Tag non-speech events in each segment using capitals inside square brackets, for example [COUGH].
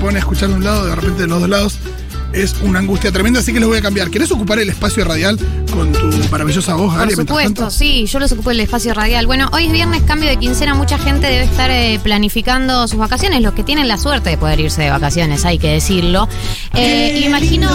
pueden escuchar de un lado, de repente de los dos lados. Es una angustia tremenda, así que les voy a cambiar. ¿Querés ocupar el espacio radial con tu maravillosa voz, Por Aria, mientras supuesto, tanto? sí, yo les ocupo el espacio radial. Bueno, hoy es viernes, cambio de quincena, mucha gente debe estar eh, planificando sus vacaciones, los que tienen la suerte de poder irse de vacaciones, hay que decirlo. Eh, y me imagino,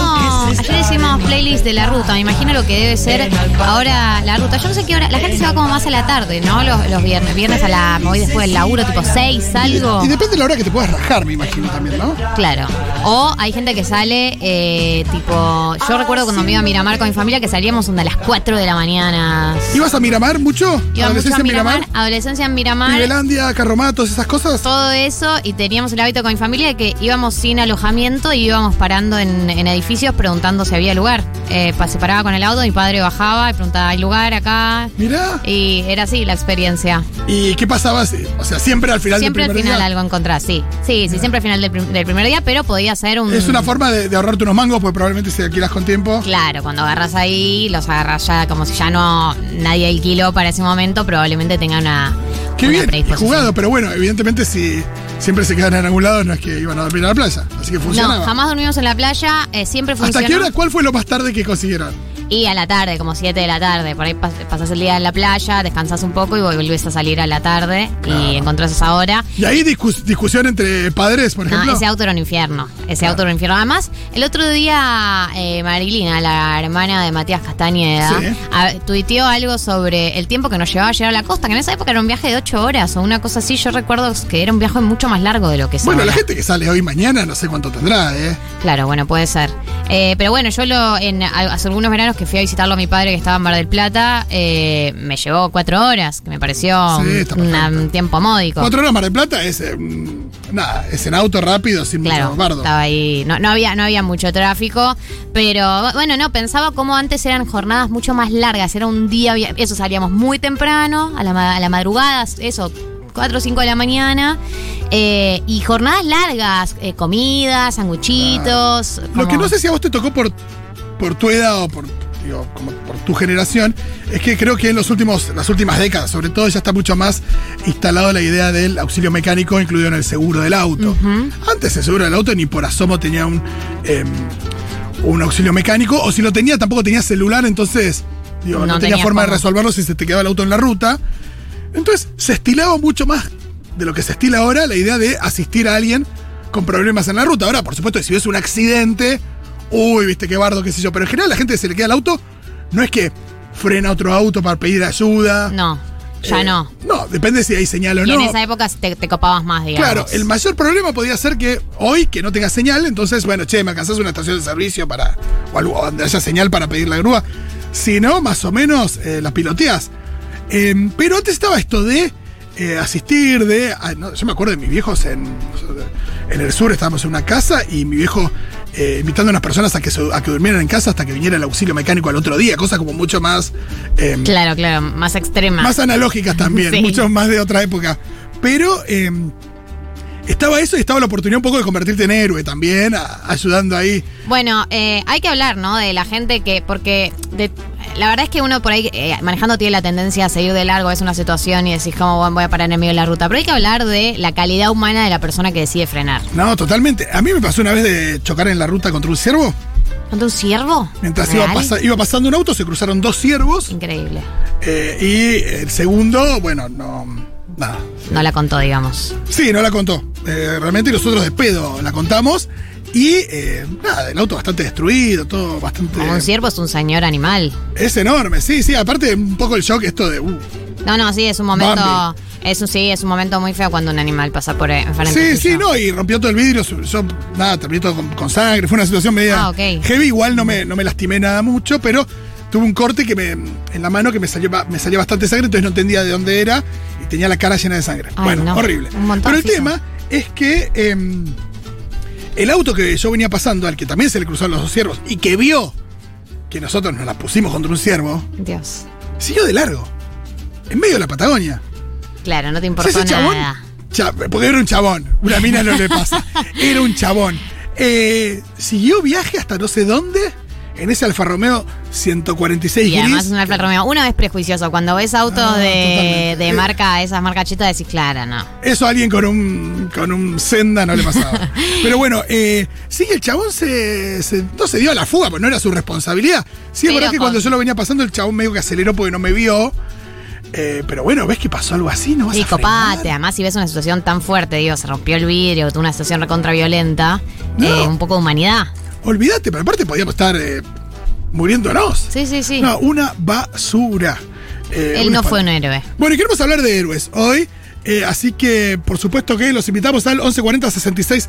ayer decimos playlist de la ruta, me imagino lo que debe ser ahora la ruta. Yo no sé qué hora, la gente se va como más a la tarde, ¿no? Los, los viernes, viernes a la, me voy después del laburo, tipo 6, algo. Y depende de la hora que te puedas rajar, me imagino también, ¿no? Claro. O hay gente que sale, eh, tipo. Yo recuerdo cuando me iba a Miramar con mi familia que salíamos onda a las 4 de la mañana. ¿Ibas a Miramar mucho? Iba mucho a ¿Adolescencia en Miramar, adolescencia en Miramar, Nivelandia, Carromatos, esas cosas. todo eso, y teníamos el hábito con mi familia de que íbamos sin alojamiento y íbamos parando en, en edificios preguntando si había lugar. Eh, pa- se paraba con el auto, mi padre bajaba y preguntaba, ¿hay lugar acá? Mirá. Y era así la experiencia. ¿Y qué pasaba? si- O sea, siempre al final Siempre del al primer final día. algo encontrás, sí. Sí, sí, siempre al final del, prim- del primer día, pero podía ser un... Es una forma de, de ahorrarte unos mangos, porque probablemente si alquilas con tiempo. Claro, cuando agarras ahí, los agarras ya como si ya no nadie alquiló para ese momento, probablemente tenga una, Qué una bien, predisposición. jugado, pero bueno, evidentemente si siempre se quedan en algún lado, no es que iban a dormir a la playa. Así que funcionaba. No, jamás dormimos en la playa, eh, siempre funcionó. ¿Hasta qué hora? ¿Cuál fue lo más tarde que consiguieron? Y a la tarde, como 7 de la tarde. Por ahí pas- pasás el día en la playa, descansás un poco y volvés a salir a la tarde y encontrás esa hora. Y ahí discus- discusión entre padres, por No, ejemplo. Ah, ese auto era un infierno. Ese auto era un infierno. Además, el otro día, eh, Marilina, la hermana de Matías Castañeda, Sí. a- tuiteó algo sobre el tiempo que nos llevaba a llegar a la costa, que en esa época era un viaje de ocho horas o una cosa así. Yo recuerdo que era un viaje mucho más largo de lo que es bueno, la ahora. gente que sale hoy mañana, no sé cuánto tendrá, ¿eh? Claro, bueno, puede ser. Eh, pero bueno, yo lo en, a- hace algunos veranos que fui a visitarlo a mi padre que estaba en Mar del Plata, eh, me llevó cuatro horas, que me pareció Sí, un- está una- perfecto. un tiempo módico. Cuatro horas Mar del Plata es. eh, mm, nada, es en auto rápido, sin Claro, mucho bardo. estaba ahí, no, no había, no había mucho tráfico, pero bueno, no, pensaba como antes eran jornadas mucho más largas, era un día, via- eso salíamos muy temprano, a la, ma- a la madrugada, eso, 4 o 5 de la mañana, eh, y jornadas largas, eh, comidas, sanguchitos. Lo como- que no sé si a vos te tocó por, por tu edad o por, digo, como por tu generación, es que creo que en los últimos, las últimas décadas, sobre todo, ya está mucho más instalado la idea del auxilio mecánico incluido en el seguro del auto. Antes el seguro del auto ni por asomo tenía un, em, un auxilio mecánico, o si lo tenía, tampoco tenía celular, entonces digo, no, No tenía, tenía forma de cómo. resolverlo si se te quedaba el auto en la ruta. Entonces se estilaba mucho más de lo que se estila ahora la idea de asistir a alguien con problemas en la ruta. Ahora, por supuesto, si ves un accidente, uy, viste qué bardo, qué sé yo. Pero en general la gente se le queda el auto, no es que frena otro auto para pedir ayuda. No, ya Eh, no. No, depende si hay señal o Y no. en esa época te, te copabas más, digamos. Claro, el mayor problema podría ser que hoy que no tenga señal, entonces, bueno, che, me alcanzás una estación de servicio para. o algo donde haya señal para pedir la grúa. Si no, más o menos eh, las piloteás. Eh, pero antes estaba esto de eh, asistir, de. ah, no, yo me acuerdo de mis viejos en. En el sur estábamos en una casa y mi viejo eh, invitando a unas personas a que, se- a que durmieran en casa hasta que viniera el auxilio mecánico al otro día, cosa como mucho más. eh, Claro, claro, más extrema. más analógicas también, Ah. [LAUGHS] Sí. mucho más de otra época. Pero eh, estaba eso y estaba la oportunidad un poco de convertirte en héroe también, a- ayudando ahí. Bueno, eh, hay que hablar, ¿no? De la gente que, porque de- la verdad es que uno por ahí eh, manejando tiene la tendencia a seguir de largo, es una situación y decís, ¿cómo voy a parar en el medio de la ruta? Pero hay que hablar de la calidad humana de la persona que decide frenar. No, totalmente. A mí me pasó una vez de chocar en la ruta contra un ciervo. ¿Cuánto un ciervo? Mientras ¿Real? iba, pasa- iba pasando un auto, se cruzaron dos ciervos Increíble. eh, y el segundo, bueno, no. Nada. No la contó, digamos. Sí, no la contó. Eh, realmente y nosotros de pedo la contamos. Y eh, nada, el auto bastante destruido, todo bastante. Como un ciervo es un señor animal. Es enorme, sí, sí. Aparte, un poco el shock, esto de. uh, No, no, sí, es un momento. Bambi. Es un, sí, es un momento muy feo cuando un animal pasa por eh, enfrente. Sí, tuyo. sí, no, y rompió todo el vidrio. su- Yo, nada, terminé todo con, con sangre. Fue una situación media Ah, ok. heavy. Igual no me, no me lastimé nada mucho, pero tuve un corte que me, en la mano que me salió, ba- me salió bastante sangre, entonces no entendía de dónde era y tenía la cara llena de sangre. Ay, bueno, no. horrible. Un montón, pero el fijo. tema es que em, el auto que yo venía pasando, al que también se le cruzaron los dos ciervos y que vio que nosotros nos la pusimos contra un ciervo, Dios. siguió de largo. En medio de la Patagonia. Claro, O no te sea, importó ese chabón, nada. cha- porque era un chabón, una [LAUGHS] mina no le pasa, era un chabón. Eh, siguió viaje hasta no sé dónde en ese Alfa Romeo 146 Y además gris, es un Alfa Romeo. Uno es prejuicioso. Cuando ves autos Ah, de, totalmente. de Eh. marca, esas marcas chetas, decís, claro, no. Eso a alguien con un, con un senda no le pasaba. [LAUGHS] Pero bueno, eh, sí, el chabón se, se- no se dio a la fuga, pues no era su responsabilidad. Sí, es Pero verdad que con- cuando yo lo venía pasando, el chabón medio que aceleró porque no me vio. Eh, pero bueno, ves que pasó algo así, ¿no? Vas Sí, a frenar. copate. Además, si ves una situación tan fuerte, digo, se rompió el vidrio, tuvo una situación recontraviolenta, No. eh, un poco de humanidad. Olvídate, pero aparte podíamos estar eh, muriéndonos. Sí, sí, sí. No, una basura. Eh, Él un no espanto. fue un héroe. Bueno, y queremos hablar de héroes hoy. eh, así que, por supuesto que los invitamos al 1140-66-0000,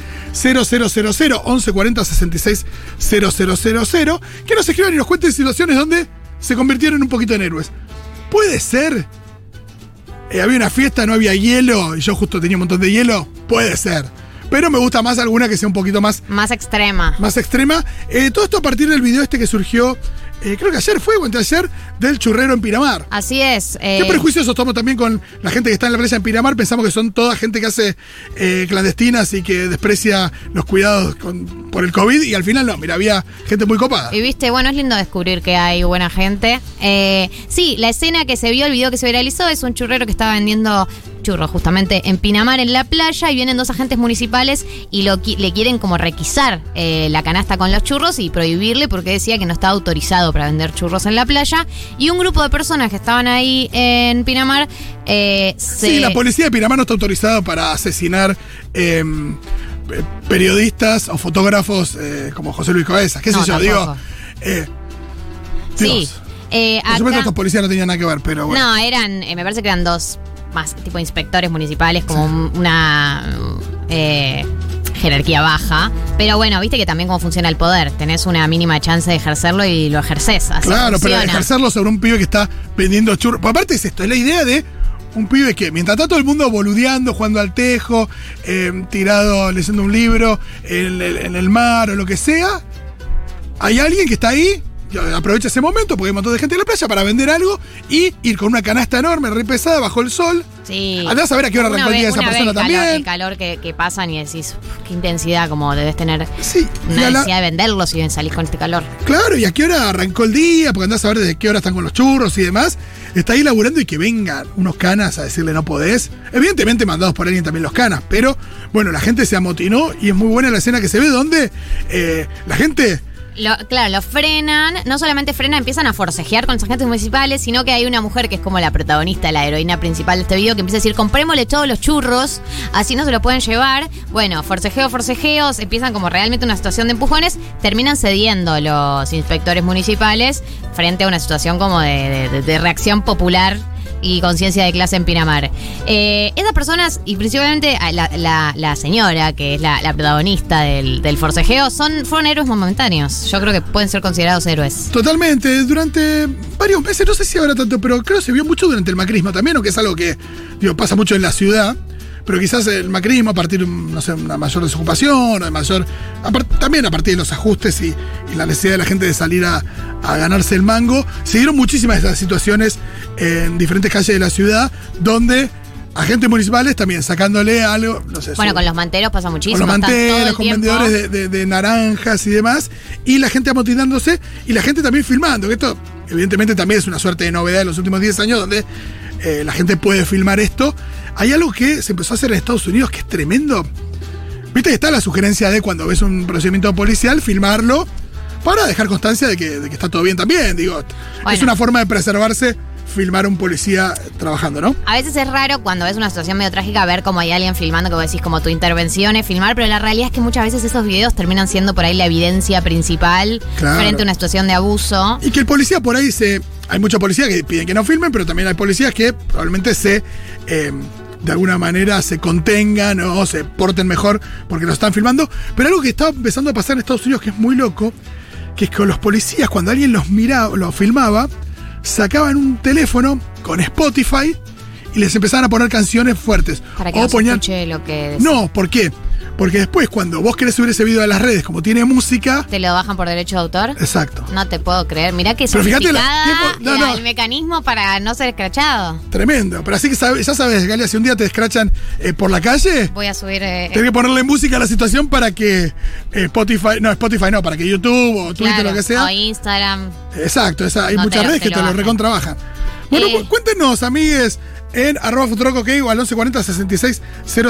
1140-66-0000, que nos escriban y nos cuenten situaciones donde se convirtieron un poquito en héroes. Puede ser. eh, había una fiesta, no había hielo, y yo justo tenía un montón de hielo. Puede ser. Pero me gusta más alguna que sea un poquito más Más extrema. más extrema. Eh, todo esto a partir del video este que surgió, eh, creo que ayer fue o ayer, del churrero en Piramar. Así es. eh, Qué prejuicios estamos también con la gente que está en la playa en Piramar. Pensamos que son toda gente que hace eh, clandestinas y que desprecia los cuidados con- por el COVID. Y al final no, mira, había gente muy copada. Y viste, bueno, es lindo descubrir que hay buena gente. Eh, sí, la escena que se vio, el video que se viralizó, es un churrero que estaba vendiendo churros justamente en Pinamar, en la playa, y vienen dos agentes municipales y lo, qui- le quieren como requisar eh, la canasta con los churros y prohibirle porque decía que no estaba autorizado para vender churros en la playa. Y un grupo de personas que estaban ahí en Pinamar eh, se... Sí, la policía de Piramar no está autorizada para asesinar em, pe- periodistas o fotógrafos eh, como José Luis Cabezas. ¿Qué sé No, yo? tampoco. Digo. eh, Sí. Dios. eh, Por supuesto, acá- estos policías no tenían nada que ver, pero Ah, bueno. No, eran, eh, me parece que eran dos más, tipo inspectores municipales, como un- una eh, jerarquía baja. Pero bueno, viste que también cómo funciona el poder. Tenés una mínima chance de ejercerlo y lo ejercés. Así Claro, pero funciona. ejercerlo sobre un pibe que está vendiendo churros. Pues aparte es esto, es la idea de un pibe que, mientras está todo el mundo boludeando, jugando al tejo, eh, tirado, leyendo un libro, en, el- en el mar o lo que sea, hay alguien que está ahí, y aprovecha ese momento, porque hay un montón de gente en la playa, para vender algo y ir con una canasta enorme, re pesada, bajo el sol. Sí. Andás a ver a qué hora Una arrancó el vez- día de esa una vez persona el calor- también. el calor que, que pasan y decís, "Uf, qué intensidad, como debes tener Sí, y una a la- necesidad de venderlos si bien salís con este calor. Claro, y a qué hora arrancó el día, porque andás a ver desde qué hora están con los churros y demás. Está ahí laburando y que vengan unos canas a decirle no podés. Evidentemente mandados por alguien también los canas, pero bueno, la gente se amotinó y es muy buena la escena que se ve donde eh, la gente... Lo- claro, lo frenan, no solamente frenan, empiezan a forcejear con los agentes municipales, sino que hay una mujer que es como la protagonista, la heroína principal de este video, que empieza a decir, comprémosle todos los churros, así no se lo pueden llevar. Bueno, forcejeo, forcejeos, empiezan como realmente una situación de empujones, terminan cediendo los inspectores municipales frente a una situación como de- de- de- de reacción popular y conciencia de clase en Pinamar. Eh, esas personas, y principalmente a la, la- la señora, que es la, la protagonista del, del forcejeo, son, fueron héroes momentáneos. Yo creo que pueden ser considerados héroes. Totalmente, durante varios meses, no sé si ahora tanto, pero creo que se vio mucho durante el macrismo también, aunque es algo que digo, pasa mucho en la ciudad, pero quizás el macrismo a partir de no sé, una mayor desocupación, o de mayor, a par- también a partir de los ajustes y, y la necesidad de la gente de salir a, a ganarse el mango, se dieron muchísimas de esas situaciones en diferentes calles de la ciudad donde agentes municipales también sacándole algo, no sé, su- Bueno, con los manteros pasa con muchísimo. los están todo manteles, el con tiempo. vendedores de, de- de naranjas y demás, y la gente amotinándose y la gente también filmando, que esto evidentemente también es una suerte de novedad de los últimos 10 años donde eh, la gente puede filmar esto. Hay algo que se empezó a hacer en Estados Unidos que es tremendo. Viste que está la sugerencia de cuando ves un procedimiento policial, filmarlo para dejar constancia de que, de que está todo bien también, digo. Es Bueno. una forma de preservarse filmar a un policía trabajando, ¿no? A veces es raro cuando ves una situación medio trágica ver cómo hay alguien filmando, que vos decís como tu intervención es filmar, pero la realidad es que muchas veces esos videos terminan siendo por ahí la evidencia principal Claro. frente a una situación de abuso. Y que el policía por ahí se. Hay muchos policías que piden que no filmen, pero también hay policías que probablemente se. eh, de alguna manera se contengan o se porten mejor porque los están filmando. Pero algo que está empezando a pasar en Estados Unidos que es muy loco, que es que los policías, cuando alguien los miraba, los filmaba, sacaban un teléfono con Spotify y les empezaban a poner canciones fuertes. Para que no se escuche lo que No, ¿por qué? Porque después, cuando vos querés subir ese video a las redes, como tiene música. ¿Te lo bajan por derecho de autor? Exacto. No te puedo creer. Mirá que Pero fíjate la- sofisticada qué po- no, la- no. el mecanismo para no ser escrachado. Tremendo. Pero así que sabe- ya sabes, Galia, si un día te escrachan eh, por la calle, Voy a subir. eh, tenés que ponerle música a la situación para que eh, Spotify. No, Spotify no, para que YouTube o Twitter claro, o lo que sea. O Instagram. Exacto, esa- hay No te muchas lo- redes te que lo te lo bajan. recontrabajan. Bueno, Eh. cu- cuéntenos, amigues, en arroba Futurock, ok, o al 1140 66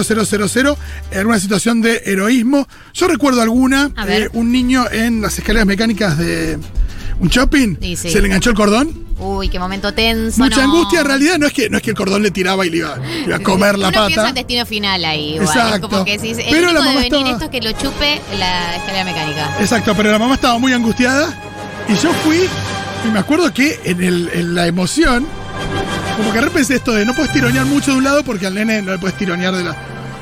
000, en alguna situación de heroísmo. Yo recuerdo alguna, eh, A ver. un niño en las escaleras mecánicas de un shopping, Y sí. se le enganchó el cordón. Uy, qué momento tenso. Mucha no. angustia, en realidad no es que no es que el cordón le tiraba y le iba, le iba a comer la Uno piensa pata. en destino final ahí. Igual. Exacto. Es como que decís, el Pero la único mamá devenir estaba- esto es que lo chupe la escalera mecánica. Exacto, pero la mamá estaba muy angustiada y yo fui y me acuerdo que en, el- en la emoción, como que repensé esto de no puedes tironear mucho de un lado porque al nene no le puedes tironear de la...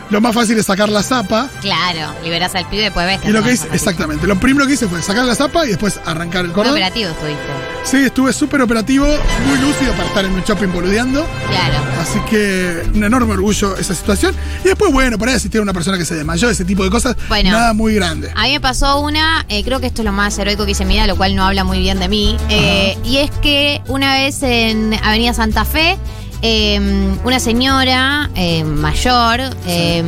Lo más fácil es sacar la zapa Claro, liberás al pibe y después ves y lo no, que es hice, más fácil. exactamente, lo primero que hice fue sacar la zapa y después arrancar el Muy cordón. operativo estuviste. Sí, estuve súper operativo, muy lúcido para estar en un shopping boludeando. Claro. Así que un enorme orgullo esa situación. Y después, bueno, por ahí asistir a una persona que se desmayó, ese tipo de cosas. Bueno. Nada muy grande. A mí me pasó una, eh, creo que esto es lo más heroico que hice en mi vida, lo cual no habla muy bien de mí. eh, y es que una vez en Avenida Santa Fe, eh, una señora eh, mayor. eh,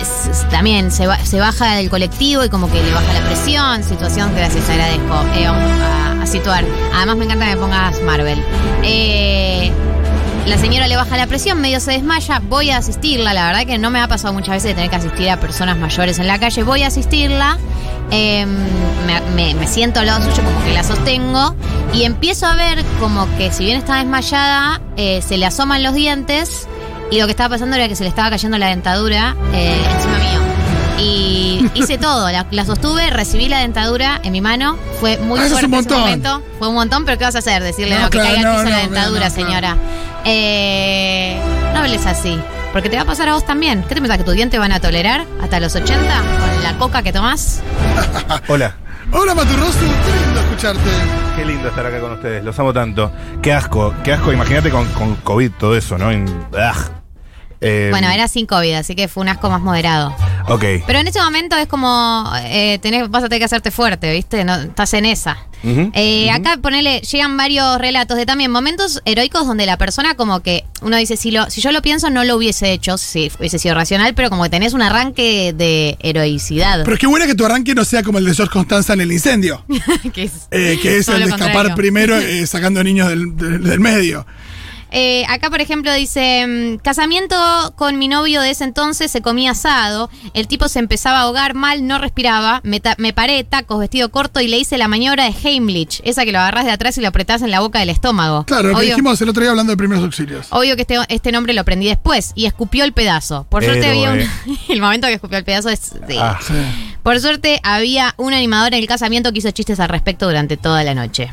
es- es- también se, ba- se baja del colectivo y como que le baja la presión, situación, gracias, agradezco eh, a, a situar. Además me encanta que me pongas Marvel. Eh, la señora le baja la presión, medio se desmaya, voy a asistirla, la verdad que no me ha pasado muchas veces de tener que asistir a personas mayores en la calle, voy a asistirla, eh, me, me- me siento al lado suyo como que la sostengo y empiezo a ver como que si bien está desmayada, eh, se le asoman los dientes y lo que estaba pasando era que se le estaba cayendo la dentadura eh, encima mío. [LAUGHS] Y hice todo, la, la sostuve, recibí la dentadura en mi mano, fue muy Ah, eso es un fuerte ese montón. momento, fue un montón, pero ¿qué vas a hacer? Decirle, No, no, claro, que caiga al no, piso la no, dentadura, no, claro. señora. Eh, no hables así, porque te va a pasar a vos también. ¿Qué te pensás que tus dientes van a tolerar hasta los 80 con la coca que tomás? Hola, Hola, Maturroso, qué lindo escucharte. qué lindo estar acá con ustedes, los amo tanto. Qué asco, qué asco, imagínate con, con COVID todo eso, ¿no? En- ¡ah! Eh, Bueno, era sin COVID, así que fue un asco más moderado. Ok. Pero en ese momento es como, eh, tenés, vas a tener que hacerte fuerte, ¿viste? No, estás en esa. Ujú. Eh, Acá ponele, llegan varios relatos de también momentos heroicos donde la persona como que uno dice, si, lo, si yo lo pienso no lo hubiese hecho, si hubiese sido racional, pero como que tenés un arranque de heroicidad. Pero es que buena que tu arranque no sea como el de George Constanza en el incendio, [LAUGHS] que es, eh, que es todo el de lo escapar contrario. [LAUGHS] primero eh, sacando niños del, del- del medio. Eh, acá, por ejemplo, dice: mm, Casamiento con mi novio de ese entonces se comía asado. El tipo se empezaba a ahogar mal, no respiraba. Me, ta- me paré de tacos, vestido corto y le hice la maniobra de Heimlich, esa que lo agarrás de atrás y lo apretás en la boca del estómago. Claro, lo que Obvio- dijimos el otro día hablando de primeros auxilios. Obvio que este, este nombre lo aprendí después y escupió el pedazo. Por suerte Héroe. eh. había un- [LAUGHS] el momento que escupió el pedazo es. sí. Ah, Sí. Por suerte había un animador en el casamiento que hizo chistes al respecto durante toda la noche.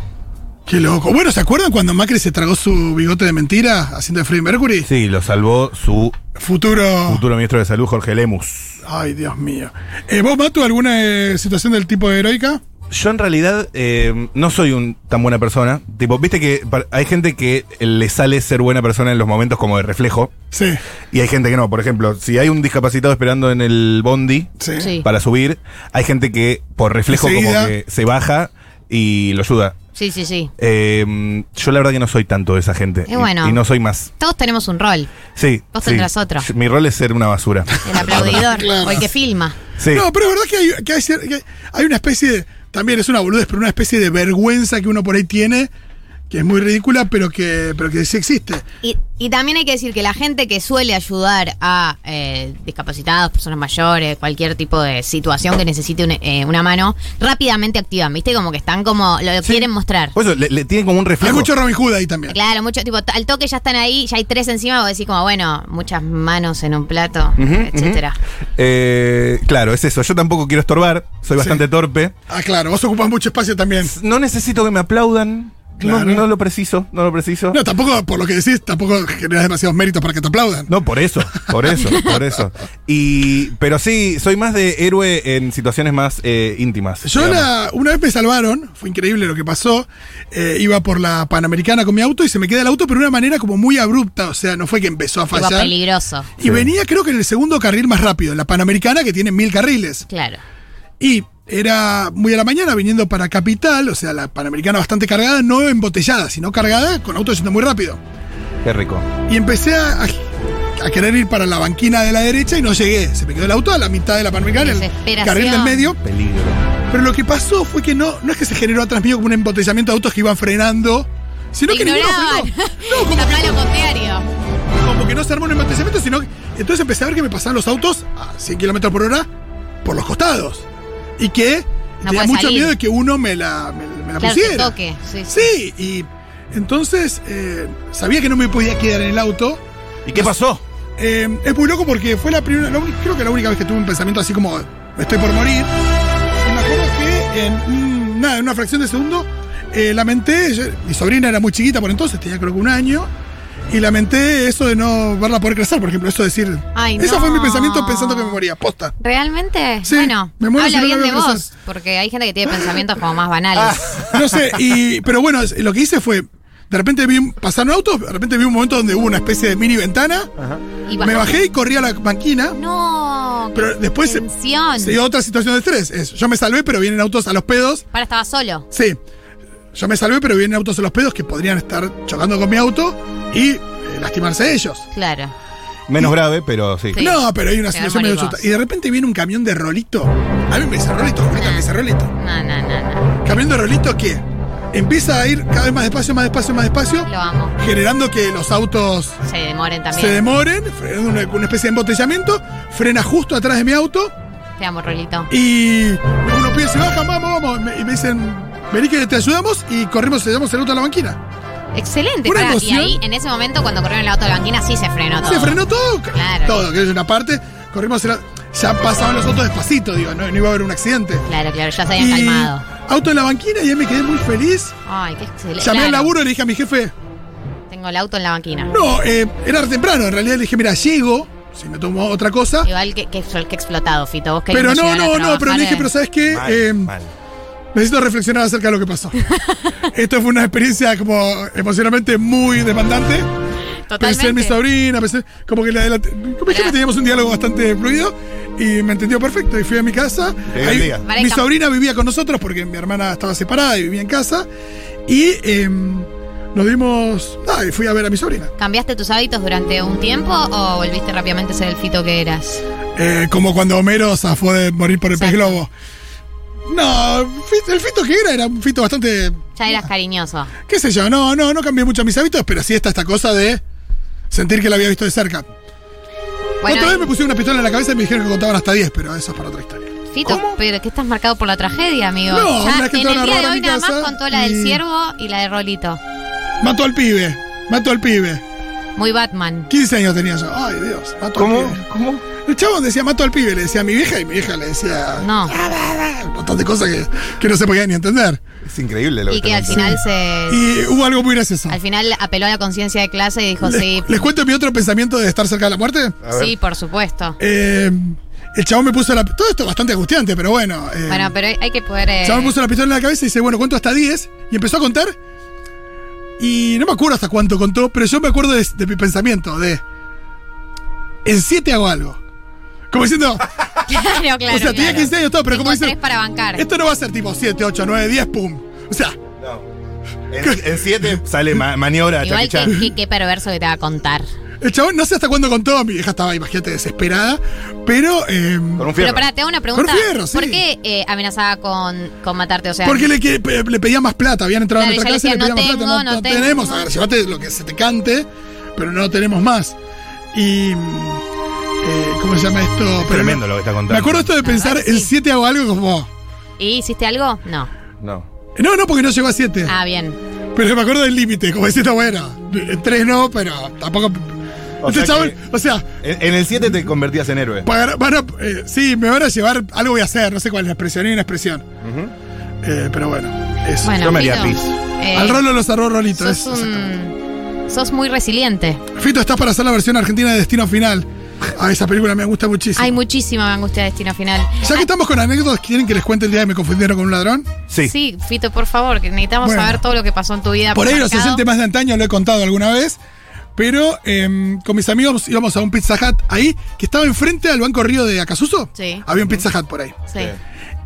Qué loco. Bueno, ¿se acuerdan cuando Macri se tragó su bigote de mentira haciendo de Freddie Mercury? Sí, lo salvó su Futuro. futuro ministro de salud, Jorge Lemus. Ay, Dios mío. Eh, ¿Vos, Matu, alguna eh, situación del tipo heroica? Yo en realidad eh, no soy un tan buena persona. Tipo, viste que pa- hay gente que le sale ser buena persona en los momentos como de reflejo. Sí, Y hay gente que no. Por ejemplo, si hay un discapacitado esperando en el bondi sí. Sí. para subir, hay gente que por reflejo Enseguida. como que se baja y lo ayuda. Sí, sí, sí. Eh, yo la verdad que no soy tanto de esa gente. Y bueno. Y, no soy más. Todos tenemos un rol. Sí. Vos sí. tendrás otro. Mi rol es ser una basura. El aplaudidor, Claro. o el que filma. [LAUGHS] Sí. No, pero es verdad que hay, que hay cier- que hay una especie de. También es una boludez, pero una especie de vergüenza que uno por ahí tiene, que es muy ridícula, pero que, pero que sí existe. Y, y también hay que decir que la gente que suele ayudar a eh, discapacitados, personas mayores, cualquier tipo de situación que necesite un- eh, una mano, rápidamente activan, ¿viste? Como que están como, lo, lo quieren mostrar. Por eso, le, le tienen como un Hay reflejo. mucho Robin Hood ahí también. Claro, mucho, tipo, al toque ya están ahí, ya hay tres encima, vos decís como, bueno, muchas manos en un plato, Ujú, etcétera. ujú. Eh, claro, es eso. Yo tampoco quiero estorbar. Soy bastante torpe. Ah, claro, vos ocupas mucho espacio también. No necesito que me aplaudan. No, Claro. no lo preciso, no lo preciso. No, tampoco, por lo que decís, tampoco generas demasiados méritos para que te aplaudan. No, por eso, por eso, por eso. Y, pero sí, soy más de héroe en situaciones más eh, íntimas. Yo digamos. la- una vez me salvaron, fue increíble lo que pasó. eh, iba por la Panamericana con mi auto y se me queda el auto, pero de una manera como muy abrupta. O sea, no fue que empezó a Iba fallar. Y peligroso. Sí. venía, creo que en el segundo carril más rápido, en la Panamericana, que tiene mil carriles. Claro. Y era muy a la mañana viniendo para Capital, o sea, la Panamericana bastante cargada, no embotellada, sino cargada con auto yendo muy rápido. Qué rico. Y empecé a, a querer ir para la banquina de la derecha y no llegué. Se me quedó el auto a la mitad de la Panamericana, en el Desesperación. carril del medio. Peligro. Pero lo que pasó fue que no, no es que se generó atrás mío como un embotellamiento de autos que iban frenando, sino que ninguno Ignoraban. frenó. No, [LAUGHS] como Tapá que, lo contrario. como que no se armó un embotellamiento, sino que. Entonces empecé a ver que me pasaban los autos a 100 kilómetros por hora por los costados. Y que No tenía puedes mucho salir. miedo de que uno me la, me, me la Claro, pusiera. que toque. Sí, sí. Sí, y entonces eh, sabía que no me podía quedar en el auto. ¿Y qué pasó? Eh, es muy loco porque fue la primera, la uni- creo que la única vez que tuve un pensamiento así como "Me estoy por morir. Y me acuerdo que en, un- nada, en una fracción de segundo eh, lamenté, yo- mi sobrina era muy chiquita por entonces, tenía creo que un año, y lamenté eso de no verla poder crecer, por ejemplo, eso de decir... Ay, eso fue no. mi pensamiento pensando que me moría, posta. ¿Realmente? Sí, bueno, me muero si habla no la bien veo de crecer. Ah, vos, porque hay gente que tiene pensamientos como más banales. No sé, y, pero bueno, es- lo que hice fue, de repente vi, un- pasaron autos, de repente vi un momento donde hubo una especie de mini ventana, Y me bajé y corrí a la banquina. No, Pero después se- tensión. Se dio otra situación de estrés. Es, yo me salvé, pero vienen autos a los pedos. Para, estaba solo. Sí. Yo me salvé, pero vienen autos a los pedos que podrían estar chocando con mi auto y eh, lastimarse ellos. Claro. Menos grave, pero sí. Sí. No, pero hay una Te situación medio armonizas. chuta. Y de repente viene un camión de rolito. A mí me dice rolito, Ah. ahorita me dice rolito. No, no, no, no. Camión de rolito que empieza a ir cada vez más despacio, más despacio, más despacio, Lo amo. generando que los autos Se demoren también. se demoren, frenando una, una especie de embotellamiento, frena justo atrás de mi auto. Te amo, Rolito. Y uno pide, se bajan, vamos, vamos. Y me- Y me dicen, vení que te ayudamos y corrimos, llevamos el auto a la banquina. Excelente. Una pará, y emoción. ahí, en ese momento, cuando corrieron el auto de banquina, sí se frenó todo. Se frenó todo. Claro. Todo, que es una parte. Corrimos el auto. Ya pasaban los autos despacito, digo, no, no iba a haber un accidente. Claro, claro, ya se habían Y calmado. Auto en la banquina y ahí me quedé muy feliz. Ay, qué excelente. Llamé al Claro, laburo y le dije a mi jefe, Tengo el auto en la banquina. no, eh, era temprano. En realidad le dije, mira, llego, si me tomo otra cosa. Igual que, que, que explotado, Fito. Vos querés Pero no, llegar a no, no, trabajar eh. pero le dije, en- pero ¿sabes qué? Mal, Eh, mal. Necesito reflexionar acerca de lo que [LAUGHS] pasó. Esto fue una experiencia como emocionalmente muy demandante. Totalmente. Pensé en mi sobrina, pensé. Como que la, la, con mi jefe teníamos un diálogo bastante fluido y me entendió perfecto. Y fui a mi casa. Te dio el día. Vale, mi cam- sobrina vivía con nosotros porque mi hermana estaba separada y vivía en casa. Y em, nos dimos. Ah, y fui a ver a mi sobrina. ¿Cambiaste tus hábitos durante un tiempo o volviste rápidamente a ser el Fito que eras? Eh, como cuando Homero zafó de morir por el pez Exacto. globo. No, fi- el fito que era era un fito bastante. Ya eras cariñoso. ¿Qué sé yo? No, no, no cambié mucho mis hábitos, pero sí está esta cosa de sentir que la había visto de cerca. Bueno, Otra vez me pusieron una pistola en la cabeza y me dijeron que contaban hasta 10, pero eso es para otra historia. Fito, pero que estás marcado por la tragedia, amigo. No, ya una que en te van el a día de robar a hoy mi nada más casa contó la del y- ciervo y la de Rolito. Mató al pibe. Mató al pibe. Muy Batman. 15 años tenía yo. Ay, Dios. Mató ¿Cómo? al pibe. ¿Cómo? El chabón decía mató al pibe, le decía a mi vieja y mi vieja le decía. "Ah, No. Un montón de cosas que, que no se podía ni entender. Es increíble lo Y que te al conté. final se. Y hubo algo muy gracioso. Al final apeló a la conciencia de clase y dijo Les, pues sí. les cuento mi otro pensamiento de estar cerca de la muerte. A ver. Sí, por supuesto. Eh, el chabón me puso la. Todo esto es bastante angustiante, pero bueno. eh, Bueno, pero hay- hay que poder. eh, El chabón me puso la pistola en la cabeza y dice, bueno, cuento hasta 10. Y empezó a contar. Y no me acuerdo hasta cuánto contó, pero yo me acuerdo de, de mi pensamiento, de... En 7 hago algo. Como [LAUGHS] diciendo, [LAUGHS] Claro, claro. o sea, tenía claro. 15 años todo, pero Tengo como tres dicen... para bancar. Esto no va a ser tipo 7, 8, 9, 10, pum. O sea, No. En- En 7 sale ma- Ah, maniobra, Igual Jackie Chan. que, que- qué perverso que te va a contar. el chabón no sé hasta cuándo contó, mi vieja estaba, imagínate, desesperada, pero... eh, Con un Pero fierro. pará, te hago una pregunta. Con fierro, sí. ¿Por qué eh, amenazaba con, con matarte? O sea, porque le, que- pe- le pedía más plata, habían entrado Claro, en otra ya le clase y le pedía decía, más "No plata. tengo, no tengo". tenemos, a ver, llévate lo que se te cante, pero no tenemos más. Y... mm, eh, ¿Cómo se llama esto? Es Pero me- tremendo lo que está contando. Me acuerdo esto de pensar, verdad que el Ah, sí. 7 hago algo como. ¿y hiciste algo? No. No. No, no, porque no llegó a 7. Ah, bien. Pero me acuerdo del límite, como diciendo, bueno, 3 no, pero tampoco. O Este sea chabón, que- o sea, En en el 7 te convertías en héroe. pagar- van a- eh, sí, me van a llevar, algo voy a hacer, no sé cuál es la expresión, hay una expresión. Ujú. Eh, pero bueno, eso. Bueno, Yo me haría Fito. pis. Eh, Al rolo lo cerró Rolito. sos, es- exactamente. un- sos muy resiliente. Fito, estás para hacer la versión argentina de Destino Final. A esa película me gusta muchísimo. Hay muchísima angustia de destino final. ya que estamos con anécdotas, ¿quieren que les cuente el día que me confundieron con un ladrón? Sí. Sí, Fito, por favor, que necesitamos Bueno. saber todo lo que pasó en tu vida. Por ahí los marcado. 60 más de antaño, lo he contado alguna vez. Pero em, con mis amigos íbamos a un Pizza Hut ahí, que estaba enfrente al Banco Río de Acasuso. Sí. Había un Pizza Hut por ahí. Sí.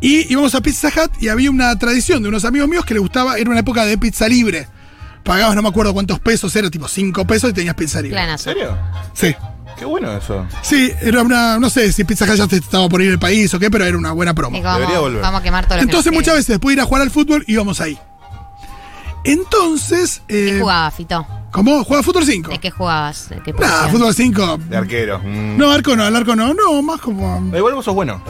Y íbamos a Pizza Hut y había una tradición de unos amigos míos que les gustaba, era una época de pizza libre. Pagabas no me acuerdo cuántos pesos, era tipo 5 pesos y tenías pizza libre. Planazo. serio? Sí. Qué bueno eso. Sí, era una, no sé si Pizza Hut ya te estaba por ir el país o qué, pero era una buena promo. Digo, vamos, Debería volver. vamos a quemar todo lo que Entonces nos muchas quede. veces después de ir a jugar al fútbol íbamos ahí. Entonces... ¿Qué Eh, jugaba, Fito? ¿Cómo? ¿Jugaba fútbol 5? ¿De qué jugabas? ¿De qué Nah, posición? fútbol 5. De arquero. Mm. No, arco no, al arco no, no, más como... Da Igual vos sos bueno.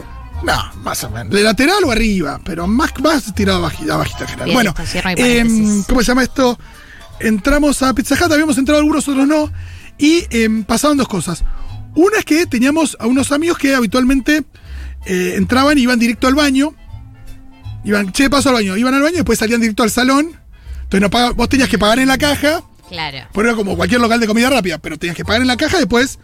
No, más o menos. De lateral o arriba, pero más, más tirado abaji- abajito en general. Bien, bueno, listo, cierro mi em, paréntesis. ¿cómo se llama esto? Entramos a Pizza Hut, habíamos entrado algunos, otros no. Y em, pasaban dos cosas. Una es que teníamos a unos amigos que habitualmente eh, entraban y iban directo al baño. Iban, che, paso al baño. Iban al baño y después salían directo al salón. Entonces no pagab- vos tenías que pagar en la caja. Claro. Porque era como cualquier local de comida rápida, pero tenías que pagar en la caja y después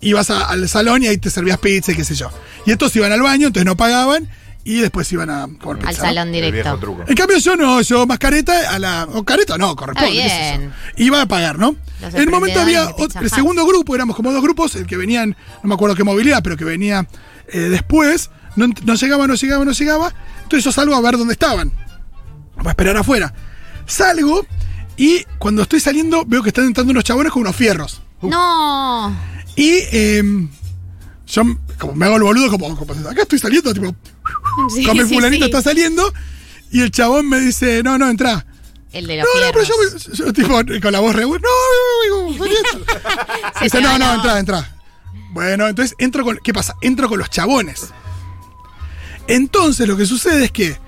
ibas a- al salón y ahí te servías pizza y qué sé yo. Y estos iban al baño, entonces no pagaban y después iban a comer pizza. Al ¿no? salón El viejo directo. truco. En cambio yo no, yo más careta a la... O careta no, corresponde. qué Está sé bien. yo. Iba a pagar, ¿no? Los En un momento había emprendedores de Pizza ot- el Hut. segundo grupo, éramos como dos grupos, el que venían, no me acuerdo qué movilidad, pero que venía eh, después, no, ent- no llegaba, no llegaba, no llegaba, entonces yo salgo a ver dónde estaban. Voy a esperar afuera. Salgo y cuando estoy saliendo veo que están entrando unos chabones con unos fierros. No. Y em, yo como me hago el boludo, como, como acá estoy saliendo, tipo, Sí, con mi sí, fulanito sí. está saliendo. Y el chabón me dice, no, no, entra. El de los No, no, pero yo, fierros. me- yo, tipo, con la voz re... No, no, no, no, no, no". Se Dice, te no, va no, la entra, voz. entra. Bueno, entonces entro con. ¿Qué pasa? Entro con los chabones. Entonces lo que sucede es que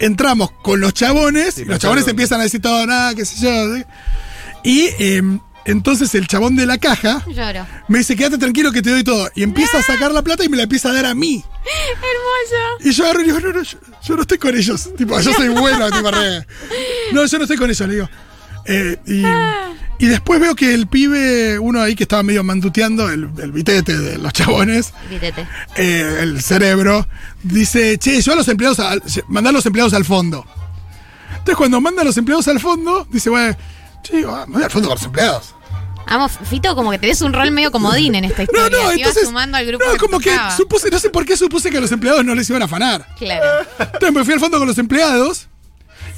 entramos con los chabones Sí, y me los chabones acuerdo. empiezan a decir todo, nada, qué sé yo. ¿sí? Y em, entonces el chabón de la caja Lloro. me dice, quédate tranquilo que te doy todo. Y empieza a sacar la plata y me la empieza a dar a mí. Hermoso. Y yo agarro y digo, no, no, yo, yo no estoy con ellos. Tipo, yo soy bueno, tipo, re. No, yo no estoy con ellos, le digo. Eh, y, y después veo que el pibe, uno ahí que estaba medio manduteando, el, el bitete de los chabones, Vítete. eh, el cerebro, dice, che, yo a los empleados, al, mandá a los empleados al fondo. Entonces cuando manda a los empleados al fondo, dice, bueno, che, ah, me voy al fondo con los empleados. Amo, Fito, como que tenés un rol medio comodín en esta [LAUGHS] No, no, historia. Te ibas entonces. sumando al grupo no, que te como que tocaba. supuse, no sé por qué supuse que a los empleados no les iban a afanar. Claro. Entonces me fui al fondo con los empleados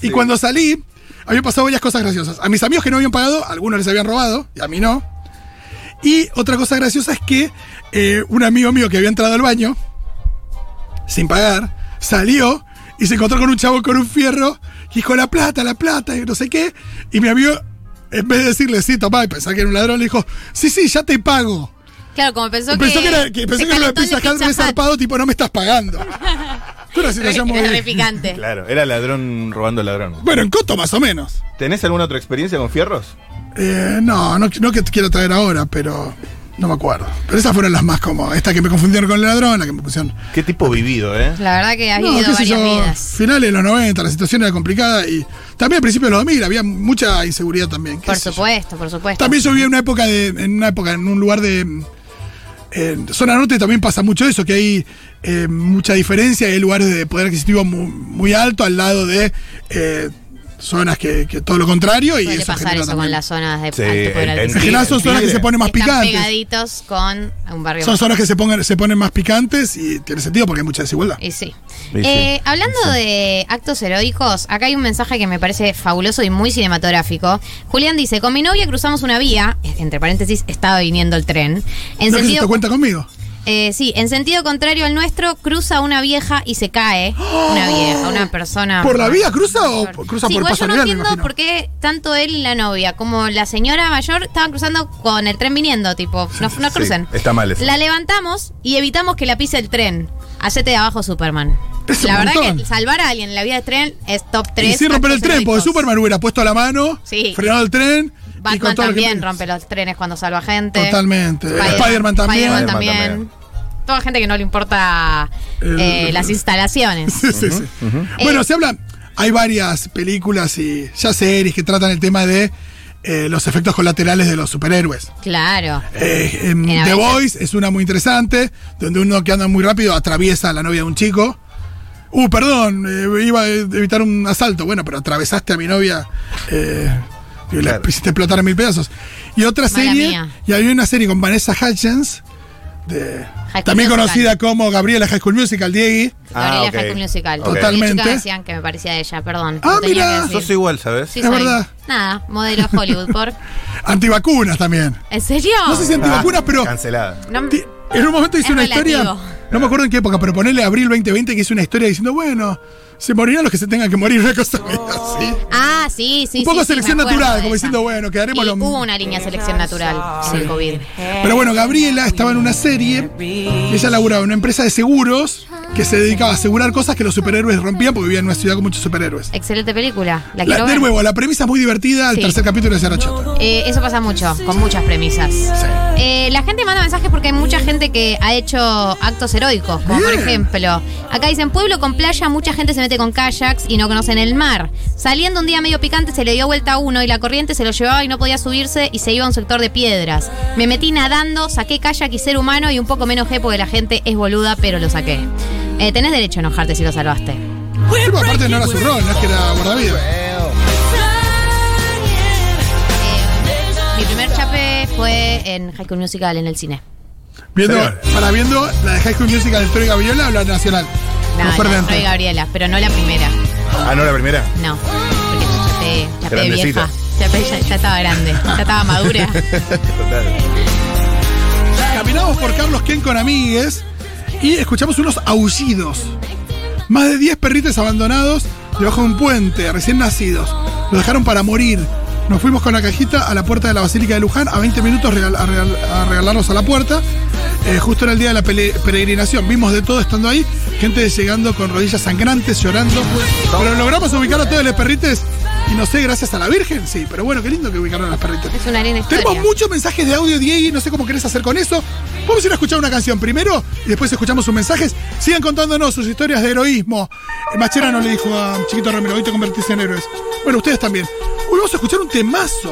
y cuando salí habían pasado varias cosas graciosas. A mis amigos que no habían pagado, algunos les habían robado y a mí no. Y otra cosa graciosa es que eh, un amigo mío que había entrado al baño sin pagar salió y se encontró con un chavo con un fierro y dijo la plata, la plata y no sé qué. Y mi amigo, en vez de decirle sí, tomá y pensar que era un ladrón, le dijo sí, sí, ya te pago. Claro, como pensó, [LAUGHS] Pensó que. que, era, que, pensó se que era una calentó pizza el de Hut re Pizza Hut. zarpado, tipo, no me estás [LAUGHS] pagando. Fue una situación Era re muy... [LAUGHS] picante. Claro, era ladrón robando ladrón. Bueno, en Coto más o menos. ¿Tenés alguna otra experiencia con fierros? Eh, no, no, no que te quiero traer ahora, pero no me acuerdo. Pero esas fueron las más como esta que me confundieron con el ladrón, la que me pusieron. Qué tipo vivido, ¿eh? La verdad que has No, vivido qué sé varias yo, vidas. finales de los 90, la situación era complicada y también al principio de los 2000 había mucha inseguridad también. qué Por sé yo. supuesto, por supuesto. También yo viví en una época de, en una época, en un lugar de en zona norte también pasa mucho eso, que hay eh, mucha diferencia, hay lugares de poder adquisitivo mu- muy, alto al lado de eh, zonas que, que todo lo contrario y Suele eso pasar genera eso también- con las zonas de Sí, alto poder en- En adquisitivo. general son Sí, zonas que sí. se ponen más Están picantes. pegaditos con un barrio. Son zonas que se, pongan, se ponen más picantes y tiene sentido porque hay mucha desigualdad. Y sí. Y Eh, hablando de actos heroicos, acá hay un mensaje que me parece fabuloso y muy cinematográfico. Julián dice, con mi novia cruzamos una vía, entre paréntesis, estaba viniendo el tren, en ¿No que se te sentido... cuenta conmigo? eh, sí, en sentido contrario al nuestro, cruza una vieja y se cae. Una vieja, una persona. ¿Por la vía cruza o por- cruza Ah. Sí, por igual Paso yo no Nivel, me entiendo imagino? por qué tanto él y la novia, como la señora mayor, estaban cruzando con el tren viniendo, tipo, no, no sí, crucen. está mal eso. La levantamos y evitamos que la pise el tren. Hacete de abajo, Superman. Es un la verdad montón. que salvar a alguien en la vía de tren es top 3. y sin romper el tren, porque Superman hubiera puesto la mano, Sí. frenado el tren. y Batman con todo lo que- también rompe los trenes cuando salva gente. Totalmente. Eh, Spider-Man también. [LAUGHS] Spider-Man también. Spider-Man Toda gente que no le importa eh, El- las instalaciones. [LAUGHS] Sí, sí, sí. Bueno, Eh, se habla. hay varias películas y ya series que tratan el tema de eh, los efectos colaterales de los superhéroes. Claro. Eh, em, En The Avengers. Voice es una muy interesante, donde uno que anda muy rápido atraviesa a la novia de un chico. Uh, perdón, eh, iba a evitar un asalto. Bueno, pero atravesaste a mi novia eh, y la Claro. hiciste explotar a mil pedazos. Y otra Mala serie, mía. y había una serie con Vanessa Hutchins, de- High School también Musical. conocida como Gabriela High School Musical, Diegui. Ah, Gabriela ok. High School Musical. Ok. Y Totalmente. chicas decían que me parecía ella, perdón. Ah, lo tenía mira. que Sos decir. igual, ¿sabes? Sí, Es soy. verdad. Nada, modelo Hollywood, por. Antivacunas también. ¿En serio? No sé si Ah, antivacunas, pero Cancelada. No- Ti- En un momento hice Es una relativo. historia, no me acuerdo en qué época, pero ponele abril 2020 que hice una historia diciendo, bueno, se morirán los que se tengan que morir, [LAUGHS] una cosa medio así. Ah, sí, sí. Un poco sí, sí, selección me acuerdo natural, de como esa. diciendo, bueno, quedaremos Y los- Hubo una línea selección natural sin COVID. Pero bueno, Gabriela estaba en una serie, y ella laburaba en una empresa de seguros que se dedicaba a asegurar cosas que los superhéroes rompían porque vivía en una ciudad con muchos superhéroes. Excelente película. La- La quiero de ver. nuevo, la premisa es muy divertida, el Sí. tercer capítulo es Arachata. Eh, eso pasa mucho, con muchas premisas. Eh, la gente manda mensajes porque hay mucha gente que ha hecho actos heroicos, como por Bien. ejemplo, acá dicen pueblo con playa, mucha gente se mete con kayaks y no conocen el mar. Saliendo un día medio picante se le dio vuelta a uno y la corriente se lo llevaba y no podía subirse y se iba a un sector de piedras. Me metí nadando, saqué kayak y ser humano y un poco menos enojé porque la gente es boluda, pero lo saqué. Eh, tenés derecho a enojarte si lo salvaste. Eh, Sí, pero aparte no era su rol, no es que era guardavidas. Mi primer chape fue en High School Musical, en el cine. Viendo, Pero- para viendo la de High School Musical de Troy Gaviola o la nacional. No, Los no, Fernández. soy Gabriela, pero no la primera. Ah, no, la primera. No, porque ya chapé, chapé de Grandecita. vieja. Chapé, ya, ya estaba grande, ya estaba madura. Total. Caminamos por Carlos Ken con amigues y escuchamos unos aullidos. Más de 10 perrites abandonados debajo de un puente, recién nacidos. Los dejaron para morir. Nos fuimos con la cajita a la puerta de la Basílica de Luján a 20 minutos regal- a, regal- a regalarlos a la puerta. Eh, justo era el día de la pele- peregrinación. Vimos de todo estando ahí. Gente llegando con rodillas sangrantes, llorando. Pero logramos ubicar a todos los perrites. Y no sé, gracias a la Virgen, sí. Pero bueno, qué lindo que ubicaron a los perrites. Es una linda historia. Tenemos muchos mensajes de audio, Diego, no sé cómo querés hacer con eso. Vamos a ir a escuchar una canción primero y después escuchamos sus mensajes. Sigan contándonos sus historias de heroísmo. Eh, Machera no le dijo a Chiquito Romero, hoy te convertiste en héroes. Bueno, ustedes también. Hoy vamos a escuchar un temazo.